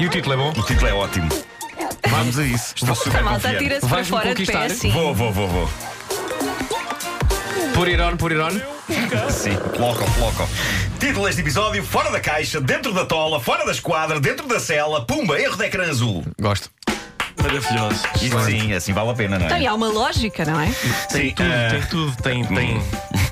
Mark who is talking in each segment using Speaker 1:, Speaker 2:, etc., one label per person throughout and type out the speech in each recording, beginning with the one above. Speaker 1: E o título é bom?
Speaker 2: O título é ótimo.
Speaker 1: Vamos a isso.
Speaker 2: Estou super
Speaker 3: A malta
Speaker 2: confiante.
Speaker 3: tira-se para
Speaker 4: Vais-me
Speaker 3: fora de pé
Speaker 4: conquistar?
Speaker 3: assim.
Speaker 2: Vou, vou, vou, vou.
Speaker 4: Por Irón, por Irón.
Speaker 2: Sim, loco, loco. Título deste episódio: Fora da caixa, dentro da tola, fora da esquadra, dentro da cela, pumba, erro de ecrã azul.
Speaker 4: Gosto.
Speaker 5: Maravilhoso.
Speaker 2: Isto sim, assim vale a pena, não é?
Speaker 3: Então, e há uma lógica, não é?
Speaker 5: Tem
Speaker 2: Sim,
Speaker 5: tudo,
Speaker 2: ah,
Speaker 5: tem tudo, tem, tem,
Speaker 2: Hum.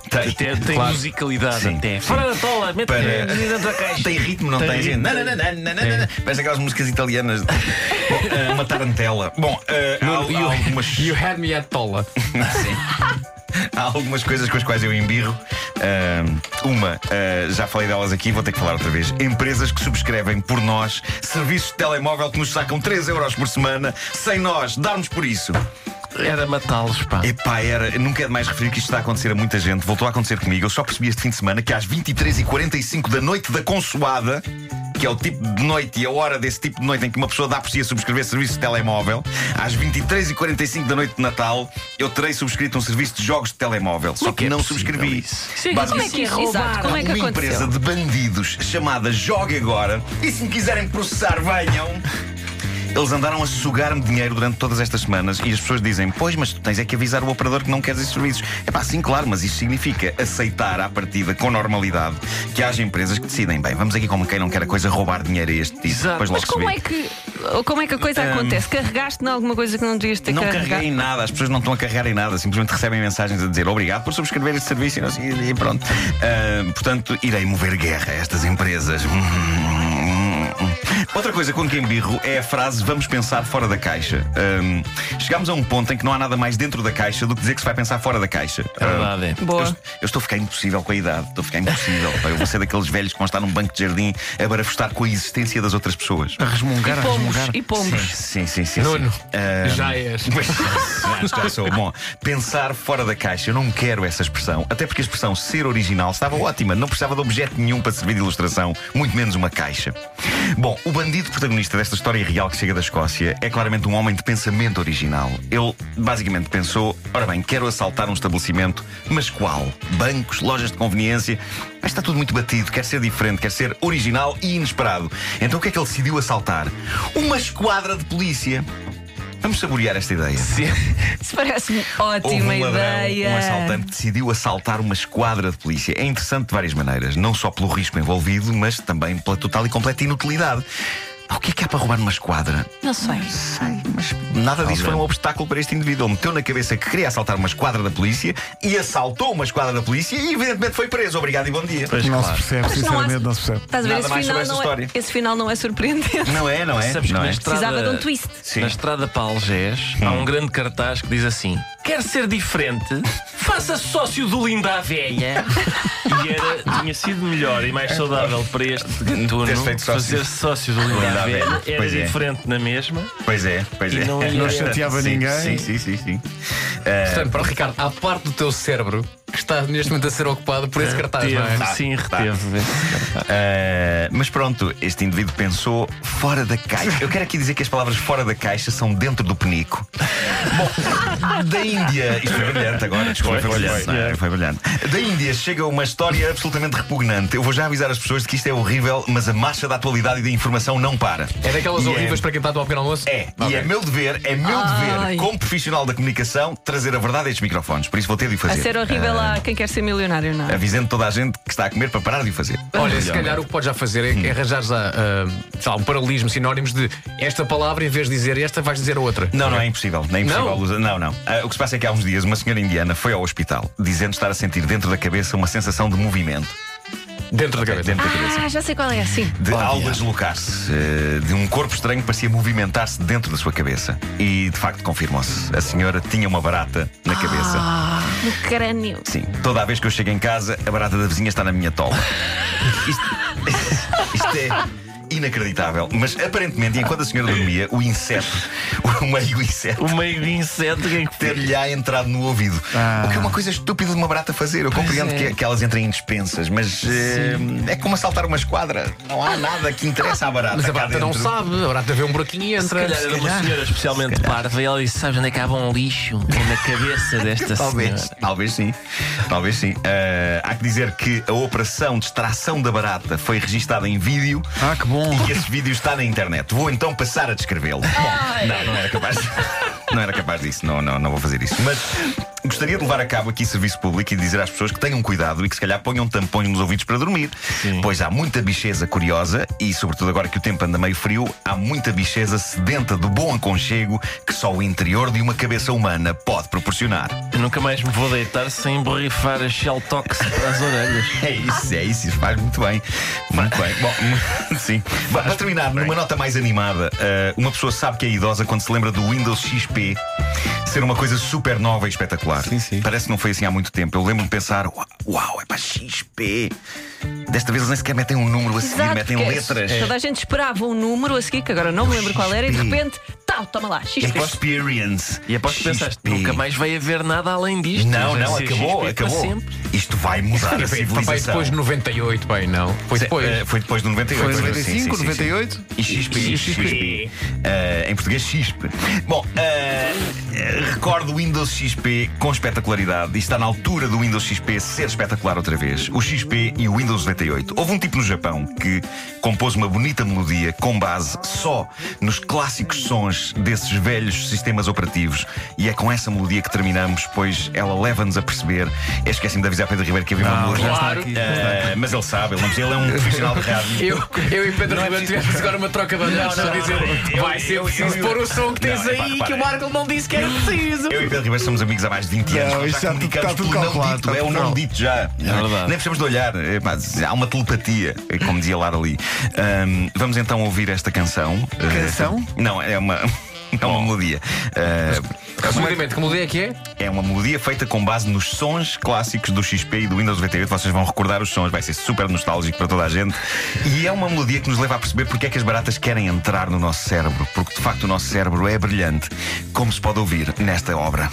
Speaker 2: tem.
Speaker 5: tem, tem
Speaker 4: Claro.
Speaker 5: musicalidade
Speaker 2: Sim.
Speaker 5: até. Fora da tola, mete
Speaker 2: Para-
Speaker 5: é. dentro da caixa.
Speaker 2: Tem ritmo, não tem?
Speaker 5: Tem
Speaker 2: tem
Speaker 5: ritmo. É.
Speaker 2: Nananana, Parece aquelas músicas italianas. Bom, ah, uma tarantela. Bom, ah, há, há
Speaker 4: you,
Speaker 2: algumas.
Speaker 4: you had me at é tola.
Speaker 2: Há algumas coisas com as quais eu embirro. Ahm, uma, ah, já falei delas aqui, vou ter que falar outra vez. Empresas que subscrevem por nós serviços de telemóvel que nos sacam 3 euros por semana, sem nós darmos por isso.
Speaker 5: Era matá-los, pá.
Speaker 2: Epá, era. Nunca é demais referir que isto está a acontecer a muita gente. Voltou a acontecer comigo. Eu só percebi este fim de semana que às 23h45 da noite da Consoada. Que é o tipo de noite e a hora desse tipo de noite em que uma pessoa dá por si a subscrever serviço de telemóvel, às 23h45 da noite de Natal, eu terei subscrito um serviço de jogos de telemóvel. Só que,
Speaker 5: que é
Speaker 2: não
Speaker 5: possível
Speaker 2: subscrevi.
Speaker 5: isso?
Speaker 3: Como é que é? Exato, como é que
Speaker 2: uma
Speaker 3: aconteceu?
Speaker 2: empresa de bandidos chamada Jogue Agora. E se me quiserem processar, venham. Eles andaram a sugar-me dinheiro durante todas estas semanas e as pessoas dizem: Pois, mas tu tens é que avisar o operador que não queres esses serviços. É pá, sim, claro, mas isso significa aceitar à partida, com normalidade, que haja empresas que decidem: Bem, vamos aqui como quem não quer a coisa roubar dinheiro a este tipo.
Speaker 5: Exato.
Speaker 2: Depois logo
Speaker 3: Mas
Speaker 2: se
Speaker 3: como
Speaker 2: vê.
Speaker 3: é que, como é que a coisa acontece? Carregaste em alguma coisa que não devias ter
Speaker 2: Não
Speaker 3: carregado?
Speaker 2: carreguei em nada, as pessoas não estão a carregar em nada, simplesmente recebem mensagens a dizer obrigado por subscrever este serviço e, não sei- e pronto. Ah, portanto, irei mover guerra a estas empresas. Hum, Outra coisa com quem birro é a frase vamos pensar fora da caixa. Ahm, chegámos a um ponto em que não há nada mais dentro da caixa do que dizer que se vai pensar fora da caixa.
Speaker 5: É
Speaker 2: Ahm,
Speaker 5: verdade.
Speaker 3: Boa.
Speaker 2: eu, eu estou a ficar impossível com a idade, estou a ficar impossível. Pá, Eu vou ser daqueles velhos que vão estar num banco de jardim a barafustar com a existência das outras pessoas.
Speaker 5: A resmungar,
Speaker 3: E
Speaker 5: a
Speaker 3: pomos,
Speaker 5: resmungar.
Speaker 3: e pomos.
Speaker 2: Sim, sim, sim.
Speaker 4: Nuno,
Speaker 2: sim. Ahm,
Speaker 4: já és.
Speaker 2: Pois, já, já sou bom. Pensar fora da caixa, eu não quero essa expressão. Até porque a expressão ser original estava ótima, não precisava de objeto nenhum para servir de ilustração, muito menos uma caixa. Bom, o bandido protagonista desta história real que chega da Escócia é claramente um homem de pensamento original. Ele basicamente pensou: ora bem, quero assaltar um estabelecimento, mas qual? Bancos, lojas de conveniência? Ah, Está tudo muito batido, quer ser diferente, quer ser original e inesperado. Então o que é que ele decidiu assaltar? Uma esquadra de polícia. Vamos saborear esta ideia.
Speaker 3: Isso parece-me
Speaker 2: Houve
Speaker 3: ótima
Speaker 2: um ladrão,
Speaker 3: ideia.
Speaker 2: um assaltante que decidiu assaltar uma esquadra de polícia. É interessante de várias maneiras, não só pelo risco envolvido, mas também pela total e completa inutilidade. Ah, O que é que há para roubar numa esquadra?
Speaker 3: Não sei.
Speaker 2: Sei, mas nada disso foi um obstáculo para este indivíduo. Ele meteu na cabeça que queria assaltar uma esquadra da polícia e assaltou uma esquadra da polícia e, evidentemente, foi preso. Obrigado e bom dia.
Speaker 5: Não
Speaker 6: Não
Speaker 5: se
Speaker 6: se percebe,
Speaker 3: Mas
Speaker 6: sinceramente,
Speaker 3: há-
Speaker 6: não se percebe.
Speaker 3: Estás a ver?
Speaker 2: Nada
Speaker 3: Esse
Speaker 2: mais sobre
Speaker 3: final,
Speaker 2: essa
Speaker 3: não é,
Speaker 2: história.
Speaker 3: esse final não é surpreendente.
Speaker 2: Não é, não é?
Speaker 5: Sabes que
Speaker 2: não
Speaker 5: na
Speaker 2: é?
Speaker 5: estrada,
Speaker 3: Precisava de um twist.
Speaker 2: Sim.
Speaker 5: Na estrada para Algés há um grande cartaz que diz assim: Quer ser diferente? Faça sócio do Linda a Velha. e era, tinha sido melhor e mais saudável para este gatuno
Speaker 2: Ter feito sócio.
Speaker 5: fazer sócio do Linda
Speaker 2: Linda à
Speaker 5: a Velha.
Speaker 2: Velha.
Speaker 5: Era
Speaker 2: Pois é.
Speaker 5: diferente na mesma.
Speaker 2: Pois é, pois
Speaker 5: E
Speaker 2: é.
Speaker 5: não ia- Não
Speaker 6: chateava
Speaker 2: Sim,
Speaker 6: ninguém.
Speaker 2: Sim, sim, sim. sim. Ah,
Speaker 4: Portanto, para o Ricardo, há parte do teu cérebro que está neste momento a ser ocupado por esse cartaz, não é?
Speaker 5: Reteve, sim,
Speaker 2: Tá.
Speaker 5: reteve.
Speaker 2: Uh, mas pronto, este indivíduo pensou fora da caixa. Eu quero aqui dizer que as palavras fora da caixa são dentro do penico. Bom, da Índia. Isto foi brilhante agora, desculpa, foi, brilhante.
Speaker 5: foi.
Speaker 2: não é? Foi brilhante. Da Índia chega uma história absolutamente repugnante. Eu vou já avisar as pessoas de que isto é horrível, mas a marcha da atualidade e da informação não para.
Speaker 4: É daquelas
Speaker 2: E é-
Speaker 4: horríveis para quem está a tomar pequeno almoço?
Speaker 2: É, e é meu dever, é meu
Speaker 3: Ai.
Speaker 2: dever, como profissional da comunicação, trazer a verdade a estes microfones. Por isso vou ter de o
Speaker 3: A
Speaker 2: fazer.
Speaker 3: ser horrível
Speaker 2: Ah.
Speaker 3: a quem quer ser milionário, não é?
Speaker 2: Avisando toda a gente que está a comer para parar de o fazer.
Speaker 4: Olha, se calhar o que podes já fazer
Speaker 2: Hum.
Speaker 4: é, é arranjares a, a, sei lá, um paralelismo, sinónimos de esta palavra, em vez de dizer esta, vais dizer outra.
Speaker 2: Não, não é impossível. Não é impossível.
Speaker 4: Não?
Speaker 2: usar- Não, não. Ah, o que se passa é que há uns dias uma senhora indiana foi ao hospital dizendo estar a sentir dentro da cabeça uma sensação de movimento.
Speaker 4: Dentro da cabeça.
Speaker 2: Dentro da cabeça.
Speaker 3: Ah, já sei qual é, sim.
Speaker 2: De algo a deslocar-se, eh, de um corpo estranho que parecia movimentar-se dentro da sua cabeça. E de facto confirmou-se. A senhora tinha uma barata na cabeça.
Speaker 3: No crânio.
Speaker 2: Sim, toda a vez que eu chego em casa, a barata da vizinha está na minha tola. Isto, isto é inacreditável. Mas aparentemente, enquanto a senhora dormia, o inseto, o meio inseto.
Speaker 5: O meio de inseto, quem que teve?
Speaker 2: ter-lhe-á entrado no ouvido.
Speaker 4: Ah.
Speaker 2: O que é uma coisa estúpida de uma barata fazer. Eu compreendo
Speaker 4: é.
Speaker 2: que, que elas entrem em dispensas, mas eh, é como assaltar uma esquadra. Não há nada que interessa à barata.
Speaker 4: Ah, Mas a
Speaker 2: cá
Speaker 4: barata não
Speaker 2: dentro.
Speaker 4: sabe, a barata vê um buraquinho e
Speaker 5: Se
Speaker 4: entra.
Speaker 5: calhar era uma senhora especialmente parva e ela disse: Sabes onde é que há bom lixo? É na cabeça desta senhora.
Speaker 2: Talvez, talvez sim. Talvez sim. Ah, Eh, há que dizer que a operação de extração da barata foi registada em vídeo
Speaker 6: Ah, que bom.
Speaker 2: bom. E esse vídeo está na internet. Vou então passar a descrevê-lo. Bom, não, não era capaz. Não era capaz disso. Não, não, não vou fazer isso. Mas gostaria de levar a cabo aqui serviço público e dizer às pessoas que tenham cuidado e que se calhar ponham tampões nos ouvidos para dormir. Pois há muita bicheza curiosa e, sobretudo agora que o tempo anda meio frio, há muita bicheza sedenta do bom aconchego que só o interior de uma cabeça humana pode proporcionar.
Speaker 5: Eu nunca mais me vou deitar sem borrifar a Shell Tox para as orelhas.
Speaker 2: É isso, é isso, isso faz muito bem. Muito bem. Bom, sim. Bom, para terminar, numa nota mais animada, eh, uma pessoa sabe que é idosa quando se lembra do Windows XP ser uma coisa super nova e espetacular.
Speaker 4: Sim, sim.
Speaker 2: Parece que não foi assim há muito tempo. Eu lembro de pensar, "Ua- uau, é para XP. Desta vez eles nem sequer metem um número a seguir,
Speaker 3: Exato,
Speaker 2: metem
Speaker 3: porque é
Speaker 2: letras.
Speaker 3: Toda a gente esperava um número a seguir, que agora não me lembro qual era, e de
Speaker 2: XP.
Speaker 3: repente, tal, toma lá, XP.
Speaker 2: É Experience.
Speaker 5: E aposto que pensaste,
Speaker 2: XP.
Speaker 5: nunca mais vai haver nada além disto.
Speaker 2: Não,
Speaker 5: Vai
Speaker 2: não,
Speaker 5: ser
Speaker 2: acabou,
Speaker 5: XP para
Speaker 2: acabou.
Speaker 5: sempre.
Speaker 2: Isto vai mudar a
Speaker 4: Papai,
Speaker 2: civilização.
Speaker 4: depois de 98, bem, não. Foi
Speaker 2: Sim,
Speaker 4: depois.
Speaker 2: eh, Foi depois de 98.
Speaker 4: Foi em
Speaker 2: Sim,
Speaker 4: 95,
Speaker 2: sim, sim, sim.
Speaker 4: 98?
Speaker 2: E XP.
Speaker 5: E
Speaker 2: XP.
Speaker 5: XP.
Speaker 2: Eh, em português, XP. Bom, eh, eh, recordo o Windows XP com espetacularidade e está na altura do Windows XP ser espetacular outra vez. O XP e o Windows 98. Houve um tipo no Japão que compôs uma bonita melodia com base só nos clássicos sons desses velhos sistemas operativos e é com essa melodia que terminamos, pois ela leva-nos a perceber. Eu esqueci-me de avisar Pedro Ribeiro que havia uma melodia.
Speaker 4: claro.
Speaker 2: Eh, mas ele sabe, ele, não precisa, ele é um profissional de rádio.
Speaker 4: Eu, eu e Pedro Ribeiro tivemos agora uma troca de olhares
Speaker 2: é Não,
Speaker 4: só
Speaker 2: não,
Speaker 4: dizer
Speaker 2: não, eu-
Speaker 4: vai ser
Speaker 2: eu-
Speaker 4: preciso
Speaker 2: eu-
Speaker 4: pôr o som que
Speaker 2: Não,
Speaker 4: tens
Speaker 2: é
Speaker 4: aí
Speaker 2: pá,
Speaker 4: que
Speaker 2: repara.
Speaker 4: o Marco não disse que era preciso.
Speaker 2: Eu e Pedro Ribeiro somos amigos há mais de 20 anos.
Speaker 1: Não,
Speaker 2: nós
Speaker 1: isso
Speaker 2: já
Speaker 1: já
Speaker 2: comunicamos
Speaker 1: está tudo
Speaker 2: pelo não
Speaker 1: calculado,
Speaker 2: dito.
Speaker 1: está
Speaker 2: É o
Speaker 1: tudo
Speaker 2: não
Speaker 1: calculado.
Speaker 2: dito já.
Speaker 5: verdade.
Speaker 2: Nem precisamos de olhar. é pá, há uma telepatia, como dizia Lara ali. Ahm, vamos então ouvir esta canção.
Speaker 1: Canção?
Speaker 2: Eh, não, é uma. É uma melodia. Ah,
Speaker 4: Resumidamente, que melodia é que é?
Speaker 2: é uma melodia feita com base nos sons clássicos do XP e do Windows 98. Vocês vão recordar os sons, vai ser super nostálgico para toda a gente. E é uma melodia que nos leva a perceber porque é que as baratas querem entrar no nosso cérebro. Porque de facto o nosso cérebro é brilhante, como se pode ouvir nesta obra.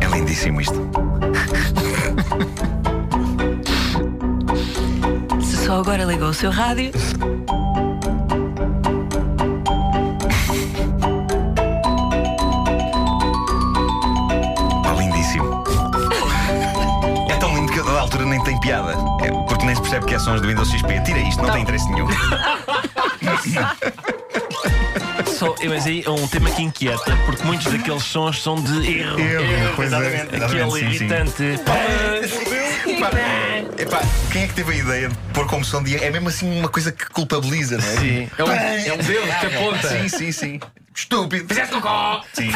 Speaker 2: É lindíssimo isto.
Speaker 3: Se só agora ligou o seu rádio,
Speaker 2: Pá, Tá lindíssimo. É tão lindo que a dada altura nem tem piada. É, porque nem se percebe que é sons do Windows XP. Tira isto, não tem interesse nenhum.
Speaker 5: Só, mas aí é um tema que inquieta, porque muitos daqueles sons são de erro.
Speaker 2: pois é,
Speaker 5: exatamente. Aquele
Speaker 2: exatamente, sim, sim.
Speaker 5: irritante.
Speaker 2: Epá, epá, quem é que teve a ideia de pôr como som de. É mesmo assim uma coisa que culpabiliza, não é?
Speaker 5: Sim.
Speaker 4: É um, é um dedo que aponta.
Speaker 2: Sim, sim, sim. Estúpido.
Speaker 4: Fizeste cocó!
Speaker 2: Sim.